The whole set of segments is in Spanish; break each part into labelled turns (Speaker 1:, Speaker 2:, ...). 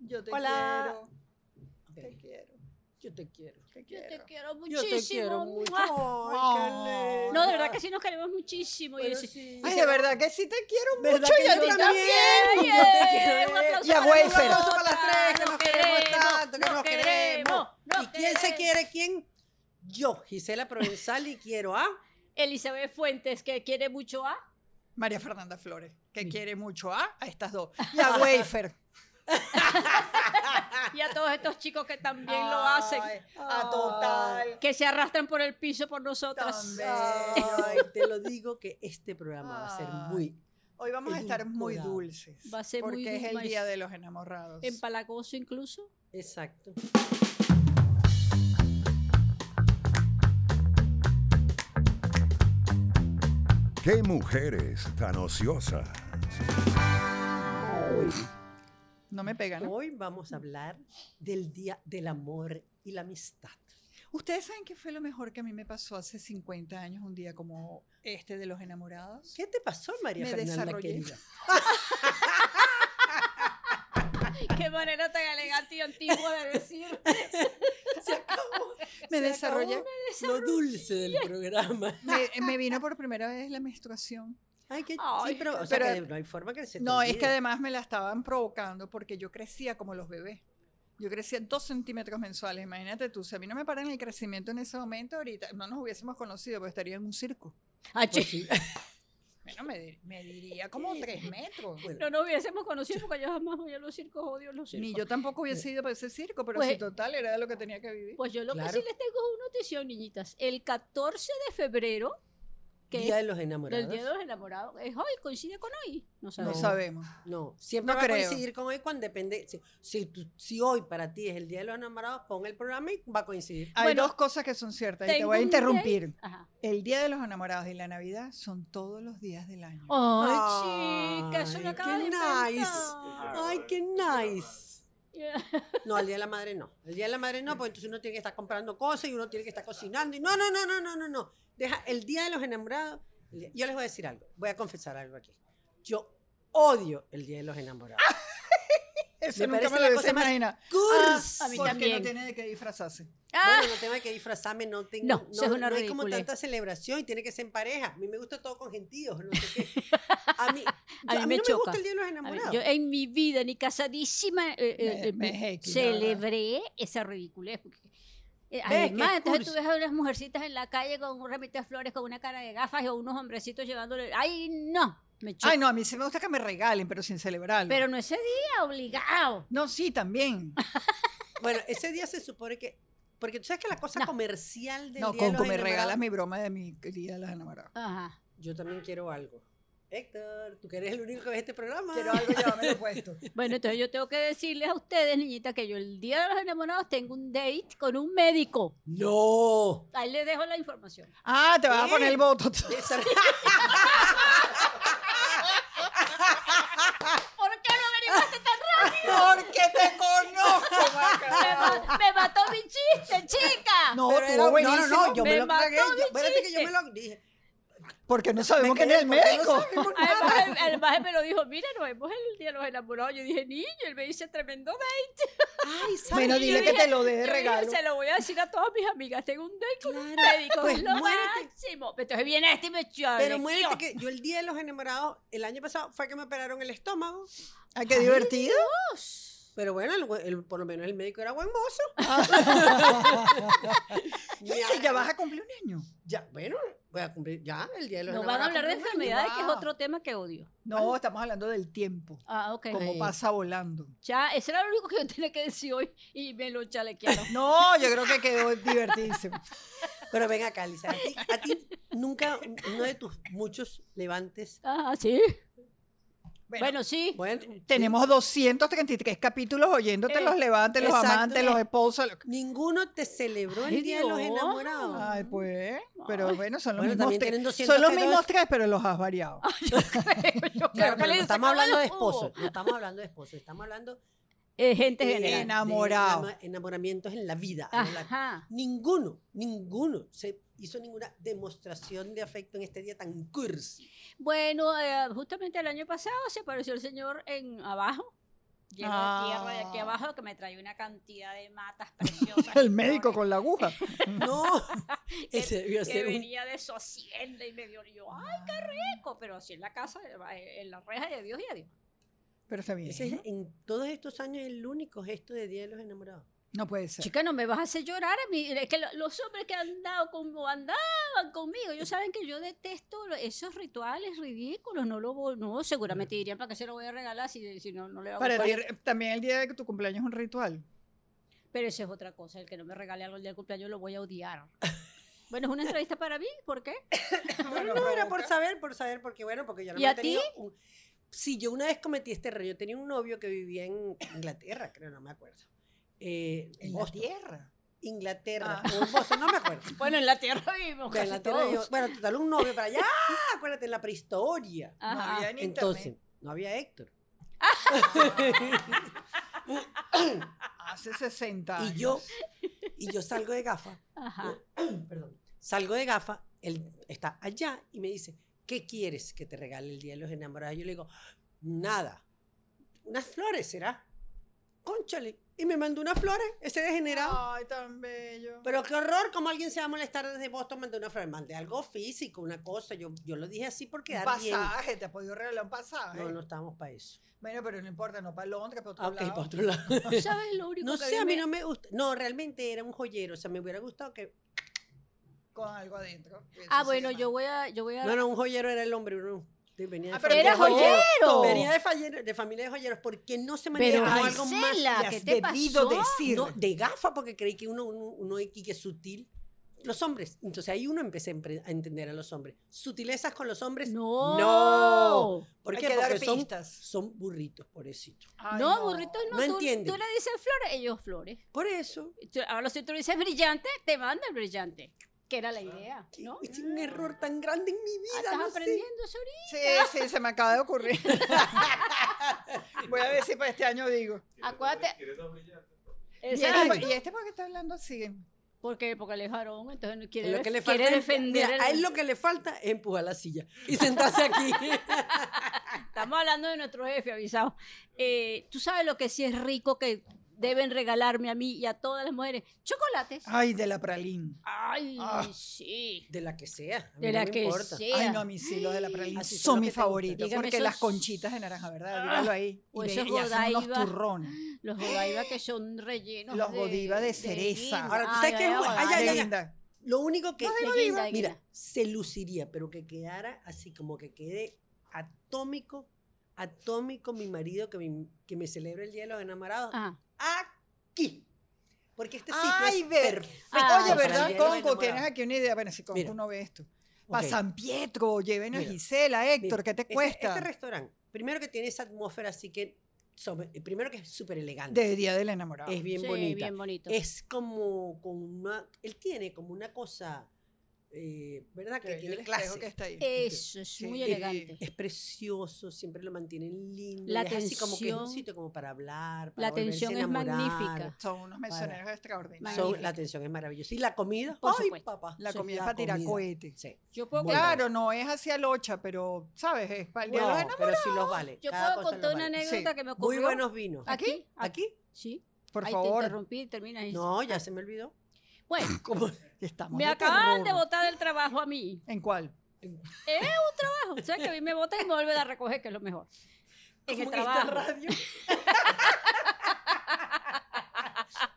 Speaker 1: Yo te
Speaker 2: Hola.
Speaker 1: quiero. Te quiero.
Speaker 2: Yo te quiero. Ah.
Speaker 1: Te
Speaker 3: Yo
Speaker 1: quiero.
Speaker 3: te quiero
Speaker 2: Yo
Speaker 3: muchísimo.
Speaker 2: te quiero mucho.
Speaker 3: ¡Mua!
Speaker 2: Ay, qué
Speaker 3: No, de
Speaker 2: lindo.
Speaker 3: verdad que sí nos queremos muchísimo.
Speaker 2: Pero
Speaker 3: y sí.
Speaker 2: sí.
Speaker 1: Ay, de verdad que sí te quiero
Speaker 2: ¿Verdad
Speaker 1: mucho
Speaker 2: que
Speaker 1: y a
Speaker 2: yo
Speaker 1: ti
Speaker 2: también?
Speaker 1: también.
Speaker 2: Yo
Speaker 3: Oye,
Speaker 2: te quiero.
Speaker 3: un aplauso
Speaker 1: Y a
Speaker 3: para
Speaker 1: Wessel.
Speaker 3: nosotras,
Speaker 2: Aplauso para las tres, que nos queremos tanto, que nos queremos.
Speaker 3: nos
Speaker 2: ¿Y quién se
Speaker 3: queremos.
Speaker 2: quiere quién? Yo, Gisela Provenzal, y quiero a.
Speaker 3: Elizabeth Fuentes, que quiere mucho a.
Speaker 1: María Fernanda Flores, que
Speaker 2: Sí.
Speaker 1: quiere mucho a, a estas dos. Y a Wafer. Ah.
Speaker 3: Y a todos estos chicos que también lo hacen.
Speaker 1: Ay, A Ah, total.
Speaker 3: Que se arrastran por el piso por nosotras.
Speaker 1: También.
Speaker 2: Ay, te lo digo que este programa va a ser
Speaker 3: Ah.
Speaker 2: muy.
Speaker 1: Hoy vamos a estar muy
Speaker 2: Edulcorado.
Speaker 1: dulces.
Speaker 3: Va a ser muy
Speaker 1: porque es el
Speaker 3: dulce.
Speaker 1: día de los enamorados.
Speaker 3: Empalagoso incluso.
Speaker 2: Exacto.
Speaker 4: ¡Qué mujeres tan ociosas!
Speaker 1: No me pegan.
Speaker 3: Oh.
Speaker 1: ¿no?
Speaker 2: Hoy vamos a hablar del Día del Amor y la Amistad.
Speaker 1: ¿Ustedes saben qué fue lo mejor que a mí me pasó hace 50 años, un día como este de los enamorados?
Speaker 2: ¿Qué te pasó, María
Speaker 1: Me
Speaker 2: Fernanda,
Speaker 1: desarrollé.
Speaker 2: querida?
Speaker 3: Qué manera tan elegante y antigua de decir.
Speaker 1: Me desarrollé.
Speaker 2: Lo dulce del programa.
Speaker 1: Me, me vino por primera vez la menstruación.
Speaker 2: Ay, qué.
Speaker 3: Ay,
Speaker 2: sí, pero, o sea,
Speaker 1: pero-
Speaker 2: que no hay forma que se te
Speaker 1: No, es que
Speaker 2: olvide.
Speaker 1: además me la estaban provocando porque yo crecía como los bebés. Yo crecía dos centímetros mensuales, imagínate tú. Si a mí no me paran el crecimiento en ese momento, ahorita no nos hubiésemos conocido, pero estaría en un circo.
Speaker 3: Ah,
Speaker 2: Pues
Speaker 3: che,
Speaker 2: sí.
Speaker 1: Bueno, me, di- me diría como tres metros.
Speaker 2: Bueno,
Speaker 3: No nos hubiésemos conocido porque yo jamás voy a los circos, odio los circos.
Speaker 1: Pues, Ni yo tampoco hubiese ido para ese circo, pero
Speaker 3: Pues-
Speaker 1: si total era lo que tenía que vivir.
Speaker 3: Pues yo lo
Speaker 2: Claro.
Speaker 3: que sí les tengo es una notición, niñitas. El 14 de febrero, que
Speaker 2: Día
Speaker 3: es
Speaker 2: de los enamorados.
Speaker 3: del Día de los Enamorados, es hoy, coincide con hoy. No
Speaker 1: No
Speaker 3: sabemos.
Speaker 1: sabemos.
Speaker 2: No, siempre
Speaker 1: No
Speaker 2: va a
Speaker 1: creo.
Speaker 2: coincidir con hoy cuando depende. Si, si, tú- si hoy para ti es el día de los enamorados, pon el programa y va a coincidir.
Speaker 1: Hay
Speaker 3: Bueno,
Speaker 1: dos cosas que son ciertas y te
Speaker 3: tengo
Speaker 1: voy a
Speaker 3: un
Speaker 1: interrumpir.
Speaker 3: Ajá.
Speaker 1: El Día de los Enamorados y la Navidad son todos los días del año.
Speaker 3: Oh, Ay, chica, eso lo
Speaker 2: Ay,
Speaker 3: acaba
Speaker 2: qué
Speaker 3: de
Speaker 2: nice.
Speaker 3: inventar.
Speaker 2: Ay, qué nice.
Speaker 3: Yeah.
Speaker 2: No, el día de la madre no. El día de la madre no, porque entonces uno tiene que estar comprando cosas y uno tiene que estar cocinando. Y no, no, no, no, no, no, no. Deja el día de los enamorados. el día- Yo les voy a decir algo. Voy a confesar algo aquí. Yo odio el día de los enamorados.
Speaker 1: Eso
Speaker 2: Me
Speaker 1: nunca
Speaker 2: parece
Speaker 1: me
Speaker 2: la
Speaker 1: lo
Speaker 2: cosa
Speaker 1: hubiese
Speaker 2: más
Speaker 1: imaginado.
Speaker 2: Cursi.
Speaker 3: a mí
Speaker 1: porque
Speaker 3: también.
Speaker 1: no tiene de qué disfrazarse.
Speaker 3: Ah,
Speaker 2: Ah, Bueno, no tengo que disfrazarme, no tengo.
Speaker 3: No, eso es una
Speaker 2: no hay como
Speaker 3: ridiculez.
Speaker 2: tanta celebración y tiene que ser en pareja. A mí me gusta todo con gentíos, no sé qué. A mí, yo-
Speaker 3: A
Speaker 2: a mí
Speaker 3: mí me
Speaker 2: no me
Speaker 3: choca.
Speaker 2: gusta el día de los
Speaker 3: a ver,
Speaker 2: enamorados.
Speaker 3: yo en mi vida, ni casadísima, eh, eh,
Speaker 1: Me-
Speaker 3: eh,
Speaker 1: me
Speaker 3: me
Speaker 1: jeque, la verdad.
Speaker 3: celebré esa ridiculez. porque,
Speaker 2: ¿Ves?
Speaker 3: eh, además,
Speaker 2: Qué
Speaker 3: entonces tú
Speaker 2: cursi.
Speaker 3: ves a unas mujercitas en la calle con un ramito de flores, con una cara de gafas y a unos hombrecitos llevándole. ¡Ay, no! Me choca.
Speaker 1: Ay, no, a mí sí me gusta que me regalen, pero sin celebrarlo.
Speaker 3: Pero no ese día, obligado.
Speaker 1: no, sí, también.
Speaker 2: Bueno, ese día se supone que. Porque tú sabes que la cosa
Speaker 3: No.
Speaker 2: comercial del
Speaker 1: No,
Speaker 2: día de
Speaker 1: Conco,
Speaker 2: los
Speaker 1: me
Speaker 2: enamorados-
Speaker 1: regalas mi broma de mi día de los enamorados.
Speaker 3: Ajá.
Speaker 2: Yo también quiero algo. Héctor, tú que eres el único que ve este programa.
Speaker 1: ya me lo he puesto.
Speaker 3: Bueno, entonces yo tengo que decirles a ustedes, niñitas, que yo el día de los enamorados tengo un date con un médico.
Speaker 2: ¡No!
Speaker 3: Ahí les dejo la información.
Speaker 1: Ah, te vas a
Speaker 2: ¿Qué?
Speaker 1: poner el voto. tú.
Speaker 2: Esa-
Speaker 3: ¿Por qué no averiguaste tan
Speaker 2: Porque te conozco,
Speaker 3: rápido? Me ma- Me mató mi chiste, chica.
Speaker 1: No,
Speaker 2: Pero era-
Speaker 1: estuvo buenísimo.
Speaker 2: no, no, yo me,
Speaker 3: Me
Speaker 2: lo
Speaker 3: mató
Speaker 2: tragué.
Speaker 3: mi
Speaker 2: Yo, espérate que yo
Speaker 3: chiste.
Speaker 2: me lo dije.
Speaker 1: Porque no sabemos
Speaker 2: Me
Speaker 1: quién es el
Speaker 2: quedé, porque
Speaker 1: médico.
Speaker 2: no sabemos nada.
Speaker 3: Además, el- además él me lo dijo, mira, nos vemos el día de los enamorados. Yo dije, niño, él me dice tremendo date.
Speaker 2: Ay, ¿sabes?
Speaker 1: Bueno,
Speaker 3: Yo
Speaker 1: dile que
Speaker 3: dije-
Speaker 1: te lo dé de
Speaker 3: Yo dije,
Speaker 1: regalo.
Speaker 3: se lo voy a decir a todas mis amigas, tengo un date con un
Speaker 2: Claro,
Speaker 3: médico,
Speaker 2: pues
Speaker 3: es lo
Speaker 2: muérete.
Speaker 3: máximo. Entonces viene este y me echa
Speaker 2: Pero
Speaker 3: de-
Speaker 2: muérete que yo el día de los enamorados, el año pasado, fue que me operaron el estómago.
Speaker 1: Ay, qué divertido.
Speaker 3: Dios.
Speaker 2: Pero bueno, el bue- el- por lo menos el médico era buen mozo.
Speaker 1: Dice, ya vas a cumplir un año.
Speaker 2: Ya, bueno, voy a cumplir ya el día de los
Speaker 3: No van a
Speaker 2: enamorados
Speaker 3: hablar de
Speaker 2: cumplimos.
Speaker 3: enfermedades, que es
Speaker 1: wow.
Speaker 3: otro tema que odio.
Speaker 1: No, estamos hablando del tiempo.
Speaker 3: Ah, ok.
Speaker 1: Como
Speaker 2: Ay.
Speaker 1: pasa volando.
Speaker 3: Ya, ese era lo único que yo tenía que decir hoy y me lo chalequearon.
Speaker 1: No, yo creo que quedó divertidísimo.
Speaker 2: Pero ven acá, Lisa, a ti, a ti nunca, uno de tus muchos levantes.
Speaker 3: Ah, sí. Bueno, sí.
Speaker 2: Bueno,
Speaker 1: Tenemos 233 capítulos oyéndote
Speaker 3: Eh,
Speaker 1: los levantes, los
Speaker 2: exacto.
Speaker 1: amantes, los esposos. lo-
Speaker 2: Ninguno te celebró el
Speaker 3: Ay,
Speaker 2: día de los
Speaker 3: Dios.
Speaker 2: enamorados.
Speaker 1: Ay, pues. Pero bueno, son los
Speaker 2: Bueno,
Speaker 1: mismos
Speaker 2: también
Speaker 1: tres.
Speaker 2: tienen
Speaker 1: Son los
Speaker 2: 202.
Speaker 1: mismos tres, pero los has variado.
Speaker 3: Yo
Speaker 2: Claro,
Speaker 3: creo
Speaker 2: pero
Speaker 3: que le
Speaker 2: no
Speaker 3: sacaron
Speaker 2: estamos hablando
Speaker 3: los
Speaker 2: de
Speaker 3: jugos.
Speaker 2: esposos, no estamos hablando de esposos, estamos hablando
Speaker 3: Eh, gente
Speaker 2: de,
Speaker 3: general.
Speaker 2: de
Speaker 1: Enamorado.
Speaker 2: enama- enamoramientos en la vida.
Speaker 3: Ah.
Speaker 2: en la-
Speaker 3: Ajá.
Speaker 2: ninguno, ninguno se hizo ninguna demostración de afecto en este día tan cursi.
Speaker 3: Bueno, eh, justamente el año pasado se apareció el señor en abajo lleno
Speaker 1: Ah.
Speaker 3: de tierra de aquí abajo que me trae una cantidad de matas preciosas.
Speaker 1: El médico con la aguja.
Speaker 2: No, ese debió
Speaker 3: que
Speaker 2: ser un-
Speaker 3: venía de su hacienda y me dio yo, ay, qué rico, pero así en la casa, eh, en la reja de Dios y a Dios.
Speaker 1: Pero está bien.
Speaker 2: Ese es,
Speaker 1: ¿no?
Speaker 2: en todos estos años el único gesto de Día de los Enamorados.
Speaker 1: No puede ser.
Speaker 3: Chica, no me vas a hacer llorar a mí. Es que lo- los hombres que han dado como andaban conmigo, ellos saben que yo detesto lo- esos rituales ridículos. No lo voy- no, seguramente
Speaker 2: Mm.
Speaker 3: dirían para qué se lo voy a regalar si, si no, no le hago
Speaker 1: Para ti,
Speaker 3: caso".
Speaker 1: re- también el día de que tu cumpleaños es un ritual.
Speaker 3: Pero eso es otra cosa. El que no me regale algo el día del cumpleaños lo voy a odiar. Bueno, es una entrevista para mí, ¿por qué?
Speaker 2: No, no, no, era por saber, por saber, porque bueno, porque yo no
Speaker 3: ¿Y
Speaker 2: me
Speaker 3: a
Speaker 2: he tenido un- Sí, yo una vez cometí este error. Yo tenía un novio que vivía en Inglaterra, creo, no me acuerdo. Eh, en Boston.
Speaker 1: tierra.
Speaker 2: Inglaterra, o en Boston, no me acuerdo.
Speaker 3: Ah. Bueno, en la tierra vivimos.
Speaker 2: De la tierra de Dios. Bueno, total, un novio para allá, acuérdate, en la prehistoria.
Speaker 1: No había ni
Speaker 2: Entonces,
Speaker 1: internet.
Speaker 2: no había Héctor.
Speaker 1: Hace 60 años.
Speaker 2: Y yo, y yo salgo de gafa, perdón, salgo de gafa, él está allá y me dice, ¿qué quieres que te regale el Día de los Enamorados? Yo le digo, nada, unas flores, ¿será? Cónchale. Y me mandó unas flores, ese degenerado.
Speaker 1: Ay, tan bello.
Speaker 2: Pero qué horror, cómo alguien se va a molestar desde Boston, mandó una flor, mandé algo físico, una cosa, yo, yo lo dije así por
Speaker 1: un
Speaker 2: quedar bien.
Speaker 1: pasaje, te ha podido regalar un pasaje.
Speaker 2: No, no estábamos para eso.
Speaker 1: Bueno, pero no importa, no para Londres, para otro
Speaker 2: Ah, ok,
Speaker 1: lado.
Speaker 2: para otro lado.
Speaker 3: ¿Sabes lo único
Speaker 2: No
Speaker 3: que
Speaker 2: sé, a
Speaker 3: me- Ah,
Speaker 2: mí no me gusta. No, realmente era un joyero. O sea, me hubiera gustado que.
Speaker 1: Con algo adentro. Eso
Speaker 3: Ah,
Speaker 1: se
Speaker 3: bueno,
Speaker 1: llama.
Speaker 3: yo voy a... Yo voy a...
Speaker 2: No, no, un joyero era el hombre, Bruno. Sí, venía de
Speaker 1: Ah, pero
Speaker 2: familia
Speaker 3: ¡Era
Speaker 1: qué bonito.
Speaker 3: joyero!
Speaker 2: Venía de, fallero- de familia de joyeros. ¿Por qué no se maneja
Speaker 3: Pero
Speaker 2: como
Speaker 1: Ay,
Speaker 2: algo más?
Speaker 3: Marcela,
Speaker 1: Le
Speaker 3: ¿qué
Speaker 1: has
Speaker 3: te
Speaker 1: debido
Speaker 3: pasó?
Speaker 1: decir.
Speaker 2: No, de gafa, porque creí que uno, uno, uno aquí que es sutil. Los hombres. Entonces ahí uno empecé a empre- a entender a los hombres. Sutilezas con los hombres.
Speaker 3: No.
Speaker 2: No. ¿Por
Speaker 1: Hay
Speaker 2: qué?
Speaker 1: que dar
Speaker 2: Porque son,
Speaker 1: pistas.
Speaker 2: son burritos, pobrecito.
Speaker 1: Ay,
Speaker 3: no, burritos no.
Speaker 2: No
Speaker 3: tú,
Speaker 2: entienden.
Speaker 3: tú le dices flores, ellos flores.
Speaker 2: Por eso.
Speaker 3: Tú- Ahora si tú le dices brillante, te manda el brillante. Que era la idea, ¿no? Ah,
Speaker 2: Es un error tan grande en mi vida.
Speaker 3: Estás
Speaker 2: no sé.
Speaker 3: aprendiendo, Suri.
Speaker 1: Sí, sí, se me acaba de ocurrir. Voy a ver si para este año digo.
Speaker 3: Acuérdate.
Speaker 1: ¿Y
Speaker 3: ¿Quieres
Speaker 1: este, pa- y este por qué está hablando así?
Speaker 3: ¿Por qué? Porque él es varón, entonces no quiere,
Speaker 2: Lo que le
Speaker 3: quiere
Speaker 2: falta es-
Speaker 3: defender.
Speaker 2: mira,
Speaker 3: el-
Speaker 2: a él lo que le falta es empujar la silla y sentarse aquí.
Speaker 3: Estamos hablando de nuestro jefe, avisado. Eh, Tú sabes lo que sí es rico que deben regalarme a mí y a todas las mujeres. Chocolates.
Speaker 2: Ah.
Speaker 1: Ay, de la pralín.
Speaker 3: Ay,
Speaker 1: Ah.
Speaker 3: sí.
Speaker 2: De la que sea. a mí
Speaker 3: De
Speaker 2: no
Speaker 3: la
Speaker 2: me
Speaker 3: que
Speaker 2: importa.
Speaker 3: sea.
Speaker 1: Ay, no, mis hilos de la pralín
Speaker 2: Así son
Speaker 1: Ah, son
Speaker 2: los
Speaker 1: mis
Speaker 2: que te gustan.
Speaker 1: favoritos.
Speaker 3: Dígame
Speaker 1: Porque
Speaker 3: esos-
Speaker 1: las conchitas de naranja, ¿verdad? Dígalo ahí.
Speaker 3: O
Speaker 1: Y, de,
Speaker 3: esos
Speaker 1: y hacen unos
Speaker 3: Godiva.
Speaker 1: turrones.
Speaker 3: Los godiva que son rellenos.
Speaker 1: Los Godiva de cereza.
Speaker 3: guinda.
Speaker 2: Ahora, ¿tú sabes qué es un- ay, ay, ay, ay.
Speaker 1: Linda.
Speaker 2: Lo único que.
Speaker 3: No, de
Speaker 2: que-
Speaker 3: Godiva. De
Speaker 2: mira,
Speaker 3: Godiva.
Speaker 2: se luciría, pero que quedara así, como que quede atómico, atómico mi marido que me, que me celebra el Día de los Enamorados.
Speaker 3: Ajá.
Speaker 2: Aquí. Porque este sitio
Speaker 1: Ay,
Speaker 2: es
Speaker 1: ve-
Speaker 2: perfecto.
Speaker 3: Ah, para
Speaker 1: Oye, ¿verdad,
Speaker 2: el Día de los
Speaker 1: Conco? Tienes
Speaker 2: Enamorados.
Speaker 1: aquí una idea. Bueno, si
Speaker 2: Mira.
Speaker 1: Conco no ve esto.
Speaker 2: Ok.
Speaker 1: Para San Pietro, lleven a
Speaker 2: Mira.
Speaker 1: Gisela, Héctor,
Speaker 2: Mira,
Speaker 1: ¿qué te
Speaker 2: este-
Speaker 1: cuesta?
Speaker 2: Este, restaurante, primero que tiene esa atmósfera así que, sobre- primero que es súper elegante,
Speaker 1: de Día del Enamorado.
Speaker 2: es bien
Speaker 3: Sí,
Speaker 2: bonita.
Speaker 3: bien bonito.
Speaker 2: Es como con una, él tiene como una cosa, eh, ¿verdad? Que
Speaker 1: Que yo
Speaker 2: tiene
Speaker 1: les dejo
Speaker 2: clase.
Speaker 1: que está ahí.
Speaker 3: Eso, es
Speaker 1: Sí.
Speaker 3: muy
Speaker 1: Eh,
Speaker 3: elegante.
Speaker 2: Es precioso, siempre lo mantienen lindo.
Speaker 3: La
Speaker 2: y es así como que es un
Speaker 3: atención-
Speaker 2: sitio como para hablar, para
Speaker 3: La atención es
Speaker 2: volverse a enamorar.
Speaker 3: magnífica.
Speaker 1: Son unos mencioneros extraordinarios.
Speaker 2: Son-
Speaker 3: Magnífica.
Speaker 2: la atención es maravillosa. Y la comida,
Speaker 3: Por
Speaker 2: ¡ay,
Speaker 3: supuesto.
Speaker 2: papá!
Speaker 1: La
Speaker 2: Sí,
Speaker 1: comida es para tirar
Speaker 2: comida.
Speaker 1: cohetes.
Speaker 2: Sí.
Speaker 3: Yo puedo
Speaker 2: Muy
Speaker 3: contar-
Speaker 1: Claro, no es hacia locha, pero, ¿sabes? Es para el día de los
Speaker 2: No,
Speaker 1: enamorados.
Speaker 2: pero sí los vale.
Speaker 3: Yo
Speaker 2: cada
Speaker 3: puedo
Speaker 2: cosa los
Speaker 3: contar una
Speaker 2: vale.
Speaker 3: anécdota
Speaker 1: Sí.
Speaker 3: que me ocurrió.
Speaker 2: Muy buenos vinos.
Speaker 3: Aquí, Ah,
Speaker 2: ¿Aquí?
Speaker 3: Sí.
Speaker 1: Por
Speaker 3: Ahí te
Speaker 1: favor.
Speaker 3: interrumpí, termina ahí.
Speaker 2: No, ya se me olvidó.
Speaker 3: Bueno,
Speaker 2: ¿Cómo?
Speaker 1: Estamos
Speaker 3: me
Speaker 1: de
Speaker 3: acaban de
Speaker 1: terror.
Speaker 3: botar del trabajo a mí.
Speaker 1: ¿En cuál?
Speaker 3: Es un trabajo. O sea, que a mí me botan y me vuelven a recoger, que es lo mejor. En el
Speaker 2: Como en esta
Speaker 3: trabajo.
Speaker 2: radio.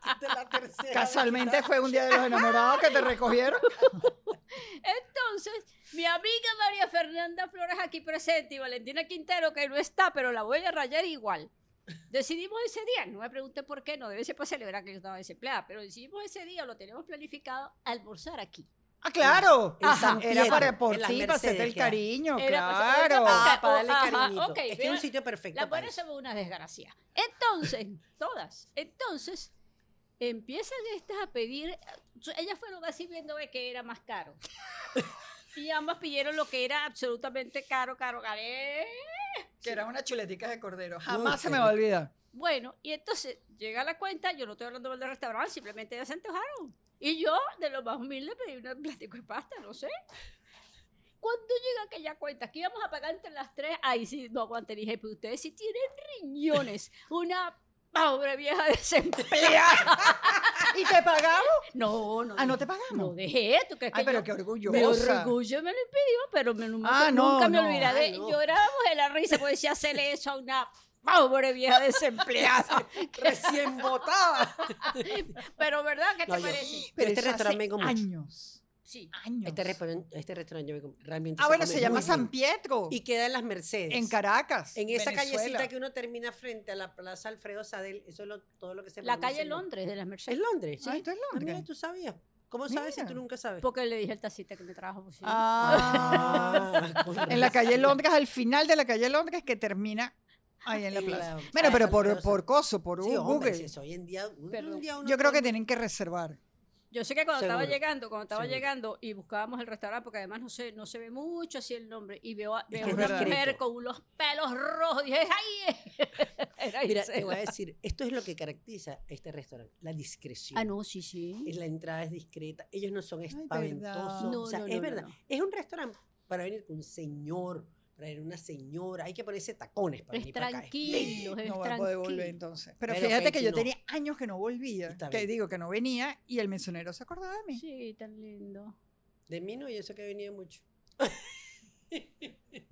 Speaker 2: Esta es la tercera vez que
Speaker 1: Casualmente
Speaker 2: está-
Speaker 1: fue un día de los enamorados que te recogieron.
Speaker 3: Entonces, mi amiga María Fernanda Flores aquí presente y Valentina Quintero, que no está, pero la voy a rayar igual. Decidimos ese día, no me pregunte por qué, no debe ser para celebrar que yo estaba desempleada, pero decidimos ese día, lo tenemos planificado, almorzar aquí.
Speaker 1: Ah, claro.
Speaker 2: En San
Speaker 1: Era
Speaker 2: Pietro,
Speaker 1: para por
Speaker 2: en las
Speaker 1: ti, para hacerte
Speaker 2: Mercedes,
Speaker 1: el
Speaker 2: que hay.
Speaker 1: cariño,
Speaker 3: Era para hacer-
Speaker 1: claro.
Speaker 2: Ah, para darle
Speaker 3: Ajá,
Speaker 2: cariñito.
Speaker 3: ok,
Speaker 2: es que es
Speaker 3: mira,
Speaker 2: un sitio perfecto.
Speaker 3: Las
Speaker 2: para
Speaker 3: mujeres
Speaker 2: eso.
Speaker 3: somos una desgracia. Entonces, todas, entonces, empiezan estas a pedir, ellas fueron así viendo de que era más caro. Y ambas pidieron lo que era absolutamente caro, caro, caro. ¡Eh!
Speaker 1: Que eran unas chuleticas de cordero. Jamás se me
Speaker 2: qué
Speaker 1: va a olvidar.
Speaker 3: Bueno, y entonces llega la cuenta, yo no estoy hablando mal del restaurante, simplemente ellas se antojaron. Y yo, de lo más humilde, pedí un platico de pasta, no sé. Cuando llega aquella cuenta que íbamos a pagar entre las tres, ahí sí no aguanté, dije, pero ustedes sí tienen riñones, una pobre vieja desempleada.
Speaker 1: ¿Y te pagamos?
Speaker 3: No, no.
Speaker 1: Ah, ¿no
Speaker 3: dije,
Speaker 1: te pagamos?
Speaker 3: No dejé, ¿tú crees
Speaker 1: Ay,
Speaker 3: que
Speaker 1: pero
Speaker 3: yo-
Speaker 1: qué orgullosa.
Speaker 3: mi orgullo me lo impidió, pero me, nunca,
Speaker 1: Ah, no,
Speaker 3: nunca me
Speaker 1: no,
Speaker 3: olvidaré.
Speaker 2: ah, no.
Speaker 3: Llorábamos de la risa porque decía hacerle eso a una pobre vieja desempleada.
Speaker 2: Recién botada.
Speaker 3: pero ¿verdad? ¿Qué te
Speaker 2: No, yo-
Speaker 3: parece?
Speaker 1: Pero
Speaker 2: Este
Speaker 1: eso
Speaker 2: restaurante
Speaker 1: hace
Speaker 2: me como mucho.
Speaker 1: años.
Speaker 3: Sí.
Speaker 1: Años.
Speaker 2: Este restaurante, este restaurante yo me com- realmente
Speaker 1: ah, bueno, se
Speaker 2: come
Speaker 1: llama
Speaker 2: muy bien.
Speaker 1: San Pietro.
Speaker 2: Y queda en las Mercedes.
Speaker 1: en Caracas.
Speaker 2: En esa
Speaker 1: Venezuela.
Speaker 2: callecita que uno termina frente a la Plaza Alfredo Sadel. Eso es lo- todo lo que se
Speaker 3: La
Speaker 2: pronuncia
Speaker 3: calle
Speaker 2: en Londres.
Speaker 3: Londres de las Mercedes.
Speaker 2: Es Londres.
Speaker 1: Ah, esto es
Speaker 2: Ah, mira,
Speaker 1: Londres.
Speaker 2: tú sabías. ¿Cómo sabes si tú
Speaker 1: Mira.
Speaker 2: nunca sabes?
Speaker 3: Porque le dije al tacita que me trajo. sí.
Speaker 1: Ah.
Speaker 2: con
Speaker 1: en la calle
Speaker 2: razón.
Speaker 1: Londres, al final de la calle Londres, que termina ahí en la
Speaker 2: En la
Speaker 1: plaza. Bueno, pero
Speaker 2: Plaza
Speaker 1: por,
Speaker 2: Alfredo
Speaker 1: por coso, por
Speaker 2: Sí, hombre,
Speaker 1: Google.
Speaker 2: si es hoy en día, un,
Speaker 3: Perdón.
Speaker 2: un día uno
Speaker 1: Yo creo que
Speaker 2: tiene-
Speaker 1: tienen que reservar.
Speaker 3: Yo sé que cuando estaba
Speaker 2: Seguro.
Speaker 3: llegando, cuando estaba
Speaker 2: Seguro.
Speaker 3: llegando y buscábamos el restaurante, porque además no se, no se ve mucho así el nombre, y veo a
Speaker 2: que
Speaker 3: veo a
Speaker 1: es
Speaker 3: una
Speaker 1: verdad.
Speaker 3: mujer con unos pelos rojos, dije, ¡ay! Era
Speaker 2: Mira,
Speaker 3: Isela.
Speaker 2: te voy a decir, esto es lo que caracteriza a este restaurante, la discreción.
Speaker 3: Ah, no, sí, sí.
Speaker 2: Es La entrada es discreta, ellos no son
Speaker 1: verdad.
Speaker 2: espantosos.
Speaker 3: No,
Speaker 2: o sea,
Speaker 3: no,
Speaker 2: es
Speaker 3: no, no,
Speaker 2: verdad.
Speaker 3: no.
Speaker 2: Es un restaurante para venir con un señor, para venir una señora. Hay que ponerse tacones para
Speaker 3: Es
Speaker 2: venir para acá.
Speaker 3: tranquilo, es
Speaker 1: No va a poder volver
Speaker 3: tranquilo.
Speaker 1: entonces. Pero,
Speaker 2: Pero
Speaker 1: fíjate que yo
Speaker 2: 29.
Speaker 1: tenía años que no volvía.
Speaker 2: Está
Speaker 1: Que
Speaker 2: bien.
Speaker 1: digo que no venía y el mesonero se acordaba de mí.
Speaker 3: Sí, tan lindo.
Speaker 2: De mí no, yo sé que venía mucho.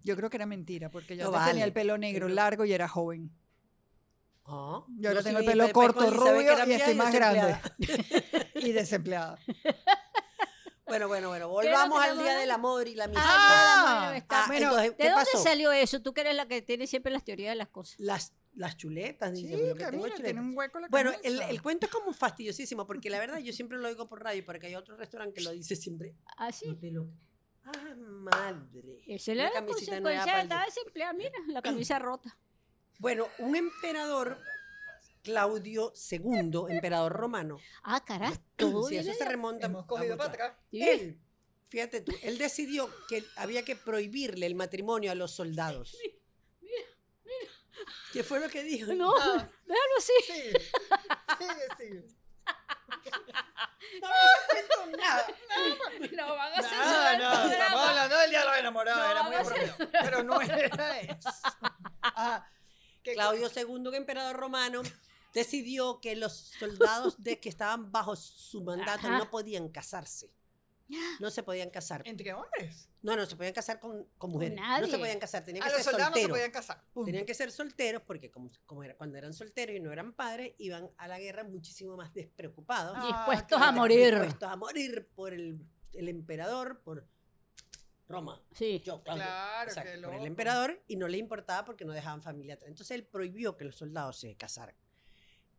Speaker 1: Yo creo que era mentira, porque yo
Speaker 2: No
Speaker 1: antes tenía
Speaker 2: vale.
Speaker 1: el pelo negro
Speaker 2: Pero-
Speaker 1: largo y era joven.
Speaker 2: Ah,
Speaker 1: Yo ahora
Speaker 2: sí
Speaker 1: tengo el
Speaker 2: vine
Speaker 1: pelo
Speaker 2: después
Speaker 1: corto,
Speaker 2: con Elizabeth, que
Speaker 1: rubio
Speaker 2: era
Speaker 1: y estoy
Speaker 2: mía,
Speaker 1: más grande.
Speaker 2: desempleada.
Speaker 1: y desempleada.
Speaker 2: Bueno, bueno, bueno, volvamos al
Speaker 3: tenemos
Speaker 2: día
Speaker 3: ahora?
Speaker 2: del amor y la amistad.
Speaker 3: Ah,
Speaker 2: Ah,
Speaker 1: bueno,
Speaker 2: entonces,
Speaker 3: ¿De
Speaker 2: ¿qué
Speaker 3: dónde
Speaker 2: pasó?
Speaker 3: salió eso? Tú que eres la que tiene siempre las teorías de las cosas.
Speaker 2: Las, las chuletas,
Speaker 1: Sí,
Speaker 2: dice, lo que tengo es
Speaker 1: mira,
Speaker 2: chuletas.
Speaker 1: tiene un hueco en la
Speaker 2: Bueno,
Speaker 1: cabeza.
Speaker 2: el, el cuento es como fastidiosísimo, porque la verdad yo siempre lo oigo por radio, porque hay otro restaurante que lo dice siempre.
Speaker 3: Así.
Speaker 2: No te lo- ¡Ah, madre!
Speaker 3: Esa es
Speaker 2: Una
Speaker 3: la
Speaker 2: Mm. camisita
Speaker 3: consecuencia
Speaker 2: nueva
Speaker 3: de
Speaker 2: para el
Speaker 3: estar
Speaker 2: día.
Speaker 3: desempleada. Mira, la camisa rota.
Speaker 2: Bueno, un emperador, Claudio II, emperador romano.
Speaker 3: Ah, carajo, todo
Speaker 2: Si eso
Speaker 3: viene
Speaker 2: se
Speaker 3: de-
Speaker 2: remonta
Speaker 1: Hemos
Speaker 2: a
Speaker 1: cogido
Speaker 2: mucho
Speaker 1: para atrás.
Speaker 3: Sí.
Speaker 2: Él, fíjate tú, él decidió que había que prohibirle el matrimonio a los soldados. Mira, mira. ¿Qué fue lo que dijo?
Speaker 3: No,
Speaker 1: Ah.
Speaker 3: déjalo así.
Speaker 1: Sí, sí, sí.
Speaker 3: No van a
Speaker 1: Ah, No,
Speaker 3: censurar
Speaker 1: no,
Speaker 3: el
Speaker 1: estamos
Speaker 3: programa.
Speaker 1: hablando del día de los enamorados,
Speaker 3: No,
Speaker 1: era muy
Speaker 3: no sé.
Speaker 1: apropiado. Pero no era eso. Ah, que-
Speaker 2: Claudio II, emperador romano, decidió que los soldados de que estaban bajo su mandato
Speaker 3: Ajá.
Speaker 2: no podían casarse. No se podían casar.
Speaker 1: Entre hombres.
Speaker 2: No, no se podían casar con, con mujeres. No
Speaker 3: nadie.
Speaker 2: se podían casar, tenían
Speaker 1: A
Speaker 2: que
Speaker 1: los
Speaker 2: ser
Speaker 1: soldados no se
Speaker 2: solteros.
Speaker 1: podían casar. punto.
Speaker 2: tenían que ser solteros porque como, como era, cuando eran solteros y no eran padres, iban a la guerra muchísimo más despreocupados.
Speaker 1: Ah,
Speaker 3: Dispuestos a
Speaker 1: claro.
Speaker 3: morir.
Speaker 2: Dispuestos a morir por el, el emperador, por Roma.
Speaker 3: Sí.
Speaker 2: Yo, Claudio.
Speaker 1: Claro,
Speaker 2: Exacto,
Speaker 1: qué
Speaker 2: por el
Speaker 1: loco.
Speaker 2: emperador y no le importaba porque no dejaban familia atrás. Entonces él prohibió que los soldados se casaran.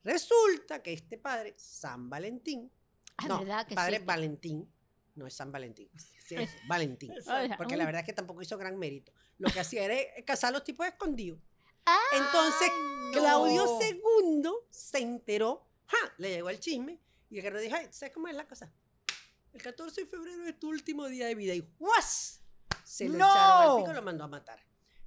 Speaker 2: Resulta que este padre, San Valentín,
Speaker 3: Ah,
Speaker 2: no,
Speaker 3: ¿verdad que
Speaker 2: padre
Speaker 3: sí?
Speaker 2: Valentín, no es San Valentín, sí es Valentín,
Speaker 3: O sea,
Speaker 2: porque
Speaker 3: un-
Speaker 2: la verdad es que tampoco hizo gran mérito. Lo que hacía era eh, casar a los tipos escondidos.
Speaker 3: Ah,
Speaker 2: Entonces
Speaker 1: No.
Speaker 2: Claudio II se enteró, ¡ja! le llegó el chisme y el carnal dijo, "Ay, ¿sabes cómo es la cosa? El 14 de febrero es tu último día de vida y ¡guas! Se lo
Speaker 1: ¡No!
Speaker 2: echaron al pico y lo mandó a matar.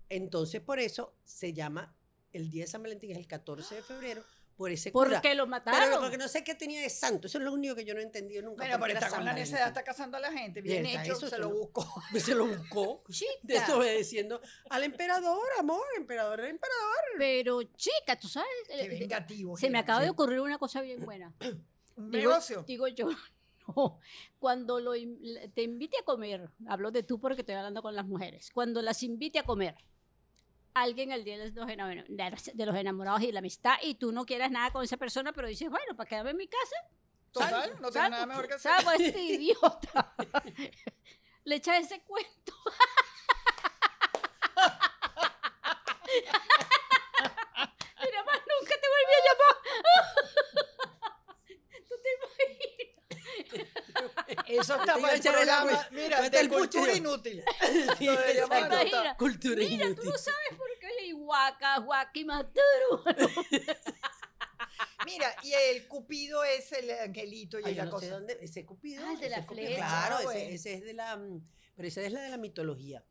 Speaker 2: Entonces por eso se llama el día de San Valentín es el 14 de febrero por ese cura.
Speaker 3: Porque lo mataron.
Speaker 2: Pero porque no sé qué tenía de santo, eso es lo único que yo no he entendido nunca.
Speaker 1: Bueno,
Speaker 2: porque
Speaker 1: pero
Speaker 2: era
Speaker 1: está
Speaker 2: San
Speaker 1: con la
Speaker 2: Valentín.
Speaker 1: necedad, está casando a la gente. Bien
Speaker 2: Bien, está,
Speaker 1: hecho,
Speaker 2: eso
Speaker 1: se
Speaker 2: sí.
Speaker 1: lo buscó.
Speaker 2: Se lo buscó
Speaker 3: Chica,
Speaker 2: desobedeciendo al emperador, amor, emperador, emperador.
Speaker 3: pero chica, tú sabes.
Speaker 1: Qué
Speaker 3: eh, eh,
Speaker 1: vengativo.
Speaker 3: se me
Speaker 1: Gina.
Speaker 3: acaba de
Speaker 1: Sí.
Speaker 3: ocurrir una cosa bien buena.
Speaker 1: Un
Speaker 3: Digo-
Speaker 1: negocio.
Speaker 3: Digo yo, no. Cuando lo in- la- te invite a comer, hablo de tú porque estoy hablando con las mujeres. Cuando las invite a comer, alguien al día de los enamor- de los enamorados y la amistad, y tú no quieras nada con esa persona, pero dices, bueno, para quedarme en mi casa.
Speaker 1: Total, no tengo
Speaker 3: Salvo-
Speaker 1: nada mejor que hacer.
Speaker 3: salvo a este idiota. Le echa ese cuento. Mira, más nunca te volví a llamar. ¿Tú te imaginas?
Speaker 1: Eso está
Speaker 2: Te iba
Speaker 1: para
Speaker 2: a
Speaker 1: el
Speaker 2: echar el agua.
Speaker 1: programa. Mira,
Speaker 2: Mete
Speaker 1: de
Speaker 2: el
Speaker 1: cultura
Speaker 2: cuchillo.
Speaker 1: inútil.
Speaker 2: Sí,
Speaker 1: Lo de llamar,
Speaker 2: exacto.
Speaker 1: no está.
Speaker 3: Mira,
Speaker 2: Cultura
Speaker 3: Mira, tú
Speaker 2: inútil.
Speaker 3: no sabes por qué es Ihuaca, Guaquimaturu.
Speaker 1: Mira, y el cupido es el angelito y
Speaker 2: Ay, yo
Speaker 1: la
Speaker 2: no sé
Speaker 1: cosa.
Speaker 2: dónde, ese Cupido.
Speaker 3: Ah, el de
Speaker 2: ese
Speaker 3: la
Speaker 2: Cupido,
Speaker 3: flecha,
Speaker 2: Claro, ese,
Speaker 1: güey.
Speaker 2: ese es de la. mm, Pero esa es la de la mitología.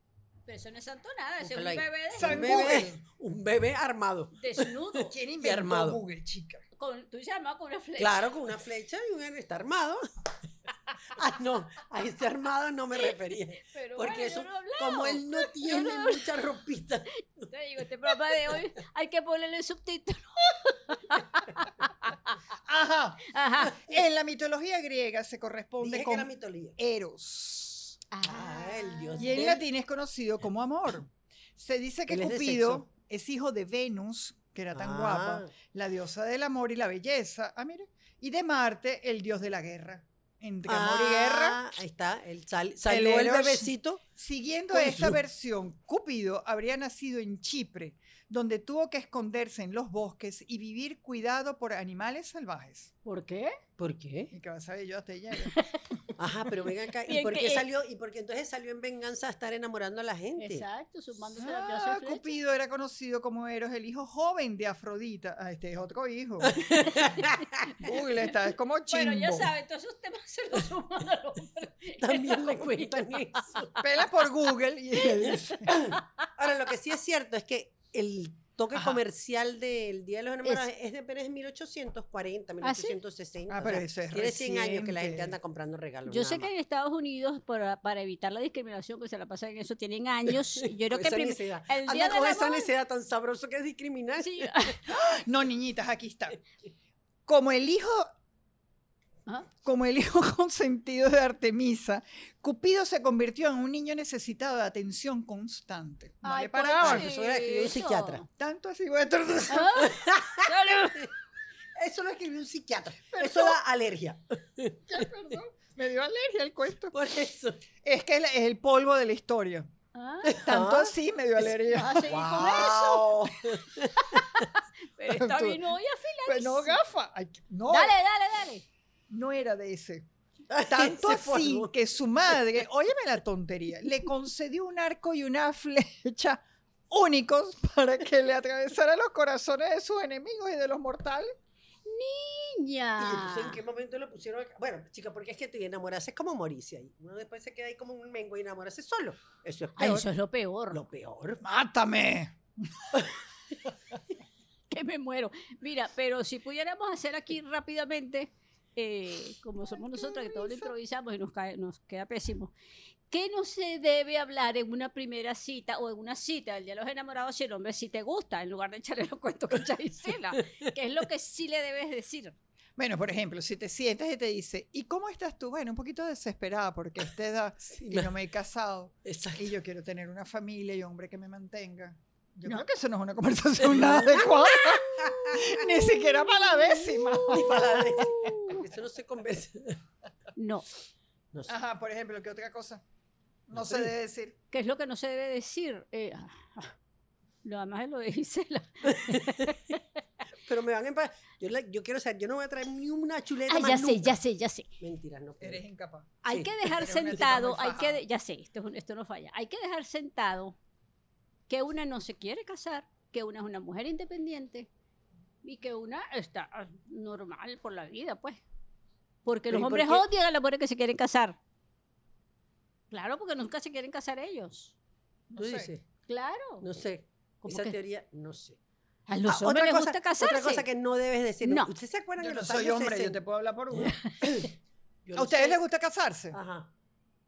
Speaker 3: Pero eso no es santo nada, ese es un
Speaker 2: Búscalo ahí.
Speaker 3: bebé
Speaker 1: San
Speaker 2: un, bebé,
Speaker 1: Google.
Speaker 2: un bebé armado.
Speaker 3: desnudo.
Speaker 1: ¿Quién
Speaker 2: Y
Speaker 1: inventó
Speaker 2: armado.
Speaker 1: Google, chica?
Speaker 3: Con, tú llamas con una flecha.
Speaker 2: Claro, con una flecha y un está armado. Ah, no, a ese armado no me refería.
Speaker 3: Pero
Speaker 2: Porque
Speaker 3: bueno, yo
Speaker 2: eso,
Speaker 3: no he hablado.
Speaker 2: como él no tiene
Speaker 3: no-
Speaker 2: mucha ropita.
Speaker 3: Te digo, este programa de hoy hay que ponerle subtítulo.
Speaker 1: Ajá.
Speaker 3: Ajá.
Speaker 1: En la mitología griega se corresponde
Speaker 2: Dije que
Speaker 1: con
Speaker 2: era mitología.
Speaker 1: Eros.
Speaker 2: Ah, el dios
Speaker 1: Y en
Speaker 2: del-
Speaker 1: latín es conocido como amor. Se dice que
Speaker 2: Él es de
Speaker 1: Cupido
Speaker 2: sexo.
Speaker 1: es hijo de Venus, que era tan
Speaker 2: Ah,
Speaker 1: guapa, la diosa del amor y la belleza. Ah, mira. Y de Marte, el dios de la guerra. Entre amor y guerra.
Speaker 2: ah, Ahí está, el sal, salió el,
Speaker 1: Eros.
Speaker 2: bebecito.
Speaker 1: Siguiendo
Speaker 2: Con
Speaker 1: esta
Speaker 2: su-
Speaker 1: versión, Cúpido habría nacido en Chipre, donde tuvo que esconderse en los bosques y vivir cuidado por animales salvajes.
Speaker 3: ¿Por qué?
Speaker 2: ¿Por qué?
Speaker 1: Y que vas a ver yo hasta allá.
Speaker 2: Ajá, pero ven acá.
Speaker 3: ¿Y
Speaker 2: ¿Y
Speaker 3: en
Speaker 2: por
Speaker 3: qué?
Speaker 2: qué salió? ¿Y por qué entonces salió en venganza a estar enamorando a la gente?
Speaker 3: Exacto, sumándose a la
Speaker 1: Ah,
Speaker 3: diosa flecha.
Speaker 1: Cupido era conocido como Eros, el hijo joven de Afrodita. Ah, este es otro hijo. Uy, le está, es como chimbo.
Speaker 3: Bueno, ya saben, todos esos temas se los suman a los
Speaker 2: También le cuentan eso.
Speaker 1: Pela por Google y le dice.
Speaker 2: Ahora, lo que sí es cierto es que el toque
Speaker 1: Ajá.
Speaker 2: comercial del Día de los Enamorados es, de Pérez 1840,
Speaker 3: ¿Ah, sí?
Speaker 2: 1860.
Speaker 1: Ah,
Speaker 2: o
Speaker 1: pero
Speaker 2: sea,
Speaker 1: eso es
Speaker 2: tiene 100 años que la gente
Speaker 1: reciente.
Speaker 2: anda comprando regalos.
Speaker 3: Yo
Speaker 2: nada
Speaker 3: sé que
Speaker 2: más.
Speaker 3: en Estados Unidos, para, para evitar la discriminación que se la pasa en eso, tienen años. y Yo creo
Speaker 2: Con
Speaker 3: que
Speaker 2: esa
Speaker 3: prim-
Speaker 2: necedad.
Speaker 3: el
Speaker 2: Anda
Speaker 3: día del
Speaker 2: con esa
Speaker 3: amor-
Speaker 2: necedad tan sabroso que es discriminar.
Speaker 3: Sí.
Speaker 1: No, niñitas, aquí está. Como el hijo,
Speaker 2: ¿Ah?
Speaker 3: Ajá.
Speaker 1: como el hijo consentido de Artemisa, Cupido se convirtió en un niño necesitado de atención constante. No
Speaker 3: Ay,
Speaker 1: le paraban.
Speaker 2: pues, eso era que yo soy psiquiatra.
Speaker 3: pobrecito.
Speaker 1: Tanto así, voy a estar-
Speaker 3: Ah, salud.
Speaker 2: Eso lo escribió un psiquiatra. Eso da alergia.
Speaker 1: Ay, perdón, me dio alergia el cuento.
Speaker 2: Por eso.
Speaker 1: Es que es la- es el polvo de la historia.
Speaker 3: Ah,
Speaker 1: Tanto
Speaker 2: Ah.
Speaker 1: así me dio alergia.
Speaker 3: vas a seguir con eso.
Speaker 2: Wow.
Speaker 3: Pero está
Speaker 1: Tú-
Speaker 3: bien
Speaker 2: Oh.
Speaker 3: hoy
Speaker 1: Pero Pues no gafa. Ay, no,
Speaker 3: Dale, dale, dale.
Speaker 1: no era de ese. Tanto
Speaker 2: Se
Speaker 1: así
Speaker 2: formó.
Speaker 1: que su madre, óyeme la tontería, le concedió un arco y una flecha únicos para que le atravesara los corazones de sus enemigos y de los mortales.
Speaker 3: Niña.
Speaker 2: Y yo no sé en qué momento lo pusieron acá. Bueno, chica, porque es que te enamorarse es como morirse ahí. Uno después se queda ahí como un mengo y enamorarse solo. Eso es
Speaker 3: Ay,
Speaker 2: peor.
Speaker 3: eso es lo peor.
Speaker 2: Lo peor.
Speaker 1: ¡Mátame!
Speaker 3: que me muero. Mira, pero si pudiéramos hacer aquí rápidamente, eh, como somos nosotras, que todo lo improvisamos y nos, cae- nos queda pésimo, ¿qué no se debe hablar en una primera cita o en una cita del Día de los Enamorados si el hombre sí te gusta, en lugar de echarle los cuentos con Chavisela? ¿Qué es lo que sí le debes decir?
Speaker 1: Bueno, por ejemplo, si te sientas y te dice, ¿y cómo estás tú? Bueno, un poquito desesperada porque a esta edad
Speaker 2: Sí,
Speaker 1: y
Speaker 2: no.
Speaker 1: no me he casado
Speaker 2: Exacto.
Speaker 1: y yo quiero tener una familia y un hombre que me mantenga. Yo creo que eso no es una conversación nada adecuada. Ni siquiera para la décima.
Speaker 2: Ni para la vez. Eso no se convence.
Speaker 3: No.
Speaker 2: No sé.
Speaker 1: Ajá, por ejemplo, ¿qué otra cosa? No
Speaker 2: No
Speaker 1: se
Speaker 2: sé.
Speaker 1: debe decir.
Speaker 3: ¿Qué es lo que no se debe decir? Eh, ah, ah, lo demás es lo de Gisela.
Speaker 2: Pero me van a empa- yo, la- yo quiero saber, yo no voy a traer ni una chuleta
Speaker 3: Ah,
Speaker 2: más
Speaker 3: ya sé,
Speaker 2: nunca.
Speaker 3: ya sé, ya sé.
Speaker 2: Mentira, no. puedo.
Speaker 1: Eres incapaz.
Speaker 3: Hay
Speaker 2: Sí,
Speaker 3: que dejar
Speaker 1: eres una tipa
Speaker 3: sentado,
Speaker 1: muy
Speaker 3: hay que,
Speaker 1: fajada.
Speaker 3: de- ya sé, esto, es un- esto no falla, hay que dejar sentado que una no se quiere casar, que una es una mujer independiente y que una está ah, normal por la vida, pues. Porque
Speaker 2: Pero
Speaker 3: los
Speaker 2: ¿y por
Speaker 3: hombres
Speaker 2: qué?
Speaker 3: odian a las mujeres que se quieren casar. Claro, porque nunca se quieren casar ellos.
Speaker 1: No
Speaker 2: Tú
Speaker 1: sé.
Speaker 2: dices,
Speaker 3: Claro.
Speaker 2: no sé.
Speaker 3: ¿Cómo
Speaker 2: Esa
Speaker 3: que?
Speaker 2: teoría, no sé.
Speaker 3: A los
Speaker 2: Ah,
Speaker 3: hombres les
Speaker 2: cosa,
Speaker 3: gusta casarse.
Speaker 2: otra cosa que no debes decir.
Speaker 3: No.
Speaker 2: ¿Ustedes se acuerdan
Speaker 1: Yo
Speaker 2: de
Speaker 1: no
Speaker 2: los
Speaker 1: soy
Speaker 2: años
Speaker 1: hombre, yo
Speaker 2: 60?
Speaker 1: te puedo hablar por uno.
Speaker 2: Yo
Speaker 1: ¿A
Speaker 2: no
Speaker 1: ustedes
Speaker 2: sé.
Speaker 1: les gusta casarse?
Speaker 2: Ajá.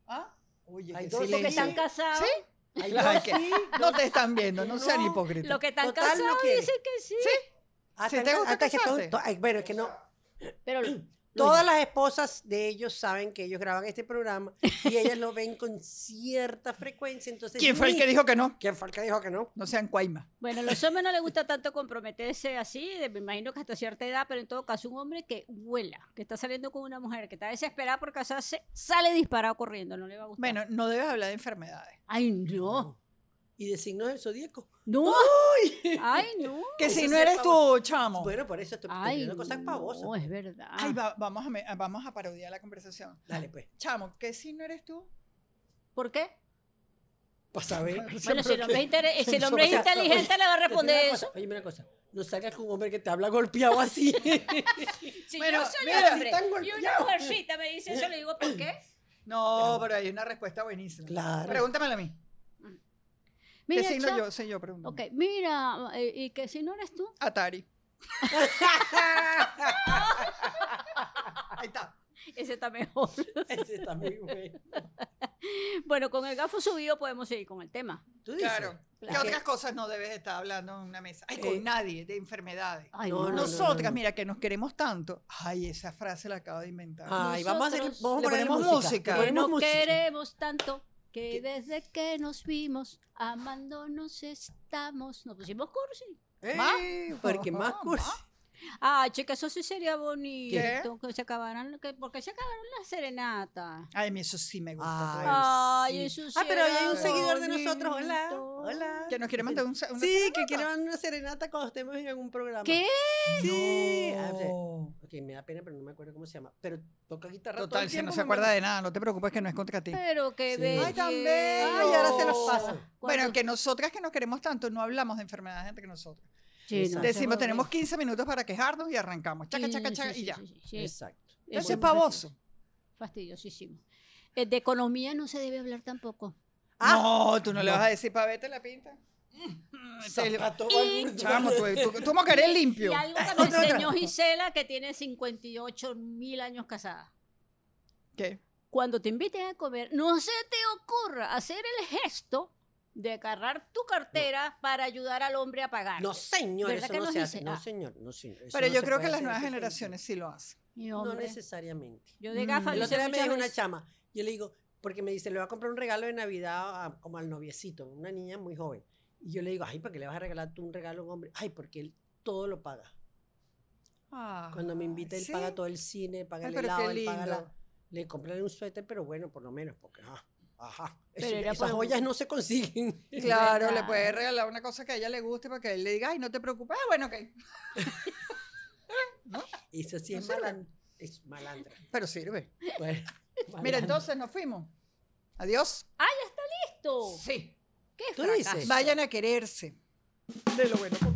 Speaker 1: ¿Ah? Oye,
Speaker 2: Hay
Speaker 1: qué
Speaker 2: dos
Speaker 3: Porque
Speaker 1: silencio.
Speaker 3: están casados.
Speaker 1: ¿Sí?
Speaker 2: Hay
Speaker 1: Claro,
Speaker 2: dos,
Speaker 1: que-
Speaker 2: sí.
Speaker 1: No te están viendo, no, sean
Speaker 2: No,
Speaker 1: hipócritas.
Speaker 3: Lo que están
Speaker 2: Total, no
Speaker 3: casados
Speaker 2: quiere.
Speaker 3: dicen que sí.
Speaker 2: Ah,
Speaker 1: Si
Speaker 2: tan-
Speaker 1: te gusta
Speaker 2: ah, tan que
Speaker 1: casarte.
Speaker 2: todo- to- ay, bueno, es que no.
Speaker 3: Pero
Speaker 2: Todas las esposas de ellos saben que ellos graban este programa y ellas lo ven con cierta frecuencia. Entonces,
Speaker 1: ¿Quién fue el
Speaker 2: ni-
Speaker 1: que dijo que no?
Speaker 2: ¿Quién fue el que dijo que no?
Speaker 1: No sean cuaima.
Speaker 3: Bueno, a los hombres no les gusta tanto comprometerse así, de- me imagino que hasta cierta edad, pero en todo caso, un hombre que huela, que está saliendo con una mujer, que está desesperada por casarse, sale disparado corriendo, no le va a gustar.
Speaker 1: Bueno, no debes hablar de enfermedades.
Speaker 3: Ay, no.
Speaker 2: Y de signos del zodíaco.
Speaker 3: No. Ay, no.
Speaker 1: Que
Speaker 2: Eso
Speaker 1: si
Speaker 2: sí
Speaker 1: no
Speaker 2: es
Speaker 1: eres tú,
Speaker 2: pavo-
Speaker 1: chamo.
Speaker 2: Bueno, por eso estoy
Speaker 3: Ay,
Speaker 2: poniendo cosas pavosas.
Speaker 3: no, es verdad.
Speaker 1: Ay, va- vamos, a me- a, vamos a parodiar la conversación.
Speaker 2: Dale, pues.
Speaker 1: Chamo, ¿qué si no eres tú?
Speaker 3: ¿Por qué?
Speaker 2: Para saber.
Speaker 3: Bueno, si el hombre, es inter- si el
Speaker 2: Eso,
Speaker 3: hombre es
Speaker 2: o sea,
Speaker 3: inteligente, le va a
Speaker 2: Pero
Speaker 3: responder
Speaker 2: dime una
Speaker 3: eso.
Speaker 2: cosa, Oye, mira una cosa. No salgas con un hombre que te habla golpeado así.
Speaker 3: Si
Speaker 1: Bueno,
Speaker 3: yo soy
Speaker 1: mira,
Speaker 2: si
Speaker 3: hombre
Speaker 2: están
Speaker 3: y una
Speaker 2: golpeados.
Speaker 3: mujercita me dice eso, le digo, ¿por qué?
Speaker 1: No, pero hay una respuesta buenísima.
Speaker 2: Claro.
Speaker 1: Pregúntamela a mí. ¿Qué
Speaker 3: Mira,
Speaker 1: signo
Speaker 3: chao.
Speaker 1: yo? Soy yo, pregúntame.
Speaker 3: Ok, mira, eh, y que si no eres tú,
Speaker 1: Atari. Ahí está.
Speaker 3: ese está está mejor.
Speaker 2: Ese está muy bueno.
Speaker 3: Bueno, con el gafo subido podemos seguir con el tema.
Speaker 2: ¿Tú dices?
Speaker 1: Claro. ¿Qué
Speaker 2: Claro.
Speaker 1: otras cosas no debes estar hablando en una mesa? Ay,
Speaker 2: Eh, Ah,
Speaker 1: con nadie, de enfermedades.
Speaker 3: Ay,
Speaker 2: No, no, no.
Speaker 1: Nosotras, mira, que nos queremos tanto. Ay, esa frase la acabo de inventar.
Speaker 2: Ay, vamos a hacer.
Speaker 3: Nosotros
Speaker 2: Vamos a
Speaker 1: le
Speaker 2: poner
Speaker 1: ponemos música.
Speaker 2: música.
Speaker 1: Le
Speaker 2: le
Speaker 3: Que
Speaker 2: ponemos
Speaker 3: nos
Speaker 2: música.
Speaker 3: queremos tanto que desde que nos vimos, amándonos estamos. Nos pusimos cursi.
Speaker 2: Eh, porque más
Speaker 1: Ma.
Speaker 2: cursi.
Speaker 3: Ah, chica, eso sí sería bonito.
Speaker 1: ¿Qué?
Speaker 3: Que se acabaran, que, porque se acabaron las serenatas.
Speaker 1: Ay, a mí eso sí me gusta.
Speaker 2: Ay,
Speaker 1: todo eso.
Speaker 3: Ay,
Speaker 2: sí.
Speaker 3: eso sí.
Speaker 2: Ah, pero ahí hay un
Speaker 1: era
Speaker 2: seguidor de nosotros. Hola.
Speaker 3: bonito.
Speaker 2: Hola.
Speaker 1: pues. que nos quiere mandar un, sa- una
Speaker 2: Ah, Sí, que
Speaker 1: serenata.
Speaker 2: quiere mandar una serenata cuando estemos en algún programa.
Speaker 3: ¿Qué?
Speaker 2: Sí. Ah, sí.
Speaker 1: No.
Speaker 2: Ok, me da pena, pero no me acuerdo cómo se llama. Pero toca guitarra. todo
Speaker 1: Total,
Speaker 2: el
Speaker 1: si no
Speaker 2: tiempo,
Speaker 1: se
Speaker 2: mamá.
Speaker 1: acuerda de nada, no te preocupes que no es contra ti.
Speaker 3: Pero qué
Speaker 2: Sí.
Speaker 3: bello.
Speaker 2: Ay,
Speaker 1: tan bello.
Speaker 2: Ay, ahora se los paso.
Speaker 1: Bueno, que nosotras que nos queremos tanto, no hablamos de enfermedades entre nosotras.
Speaker 3: Sí, no,
Speaker 2: Exacto.
Speaker 1: Decimos,
Speaker 3: se me
Speaker 1: tenemos
Speaker 3: olvida.
Speaker 1: 15 minutos para quejarnos y arrancamos. Chaca,
Speaker 3: Sí,
Speaker 1: chaca,
Speaker 3: sí,
Speaker 1: chaca,
Speaker 3: sí,
Speaker 1: y ya.
Speaker 3: sí, sí, sí.
Speaker 2: Exacto.
Speaker 1: Eso es
Speaker 3: Bueno,
Speaker 1: pavoso.
Speaker 3: Fastidiosísimo. Eh, De economía no se debe hablar tampoco.
Speaker 2: Ah,
Speaker 1: no, tú no, le
Speaker 2: no.
Speaker 1: vas a decir pa' vete la pinta.
Speaker 3: Mm,
Speaker 2: se le va todo al burdo.
Speaker 1: Chamo, pues. tú, tú, tú como que eres limpio.
Speaker 3: Y algo que me
Speaker 1: Otra, otra.
Speaker 3: enseñó Gisela, que tiene 58 mil años casada.
Speaker 1: ¿Qué?
Speaker 3: Cuando te inviten a comer, no se te ocurra hacer el gesto de agarrar tu cartera para ayudar al hombre a pagar.
Speaker 2: No, señor,
Speaker 3: ¿Verdad
Speaker 2: eso
Speaker 3: que
Speaker 2: no
Speaker 3: nos
Speaker 2: se hace.
Speaker 3: dice?
Speaker 2: No,
Speaker 3: Ah.
Speaker 2: señor, no, señor. eso
Speaker 1: Pero
Speaker 2: no
Speaker 1: yo
Speaker 2: se
Speaker 1: creo
Speaker 2: puede
Speaker 1: que las
Speaker 2: hacer,
Speaker 1: nuevas
Speaker 2: eso es-
Speaker 1: generaciones sí lo hacen.
Speaker 3: Y,
Speaker 2: No
Speaker 3: hombre,
Speaker 2: necesariamente.
Speaker 3: yo de
Speaker 1: Mm.
Speaker 3: gafas
Speaker 2: El
Speaker 3: lo
Speaker 2: otro
Speaker 3: sé
Speaker 2: día me
Speaker 3: muchas
Speaker 2: dijo una
Speaker 3: veces.
Speaker 2: chama, yo le digo, porque me dice, le voy a comprar un regalo de Navidad a- como al noviecito, una niña muy joven. Y yo le digo, ay, ¿para qué le vas a regalar tú un regalo a un hombre? Ay, porque él todo lo paga. Cuando me invita, él
Speaker 1: Ah, Sí.
Speaker 2: paga todo el cine, paga
Speaker 1: Ay,
Speaker 2: el
Speaker 1: pero
Speaker 2: helado,
Speaker 1: qué
Speaker 2: él paga la-
Speaker 1: lindo.
Speaker 2: Le compraré un suéter, pero bueno, por lo menos, porque ajá, ajá.
Speaker 3: Pero
Speaker 2: eso-
Speaker 3: era
Speaker 2: esas
Speaker 3: por-
Speaker 2: joyas no se consiguen.
Speaker 1: Claro, le
Speaker 3: verdad.
Speaker 1: puedes regalar una cosa que a ella le guste para que él le diga, ay, no te preocupes. Ah, bueno, ok.
Speaker 2: Eso sí
Speaker 1: No
Speaker 2: es,
Speaker 1: sirve.
Speaker 2: malan- es malandra.
Speaker 1: Pero sirve.
Speaker 2: Bueno,
Speaker 1: Mira,
Speaker 2: malandra.
Speaker 1: entonces nos fuimos. Adiós.
Speaker 3: Esto,
Speaker 1: Sí.
Speaker 3: ¿Qué
Speaker 2: Tú
Speaker 3: fracaso.
Speaker 2: dices.
Speaker 1: Vayan a quererse. De lo bueno.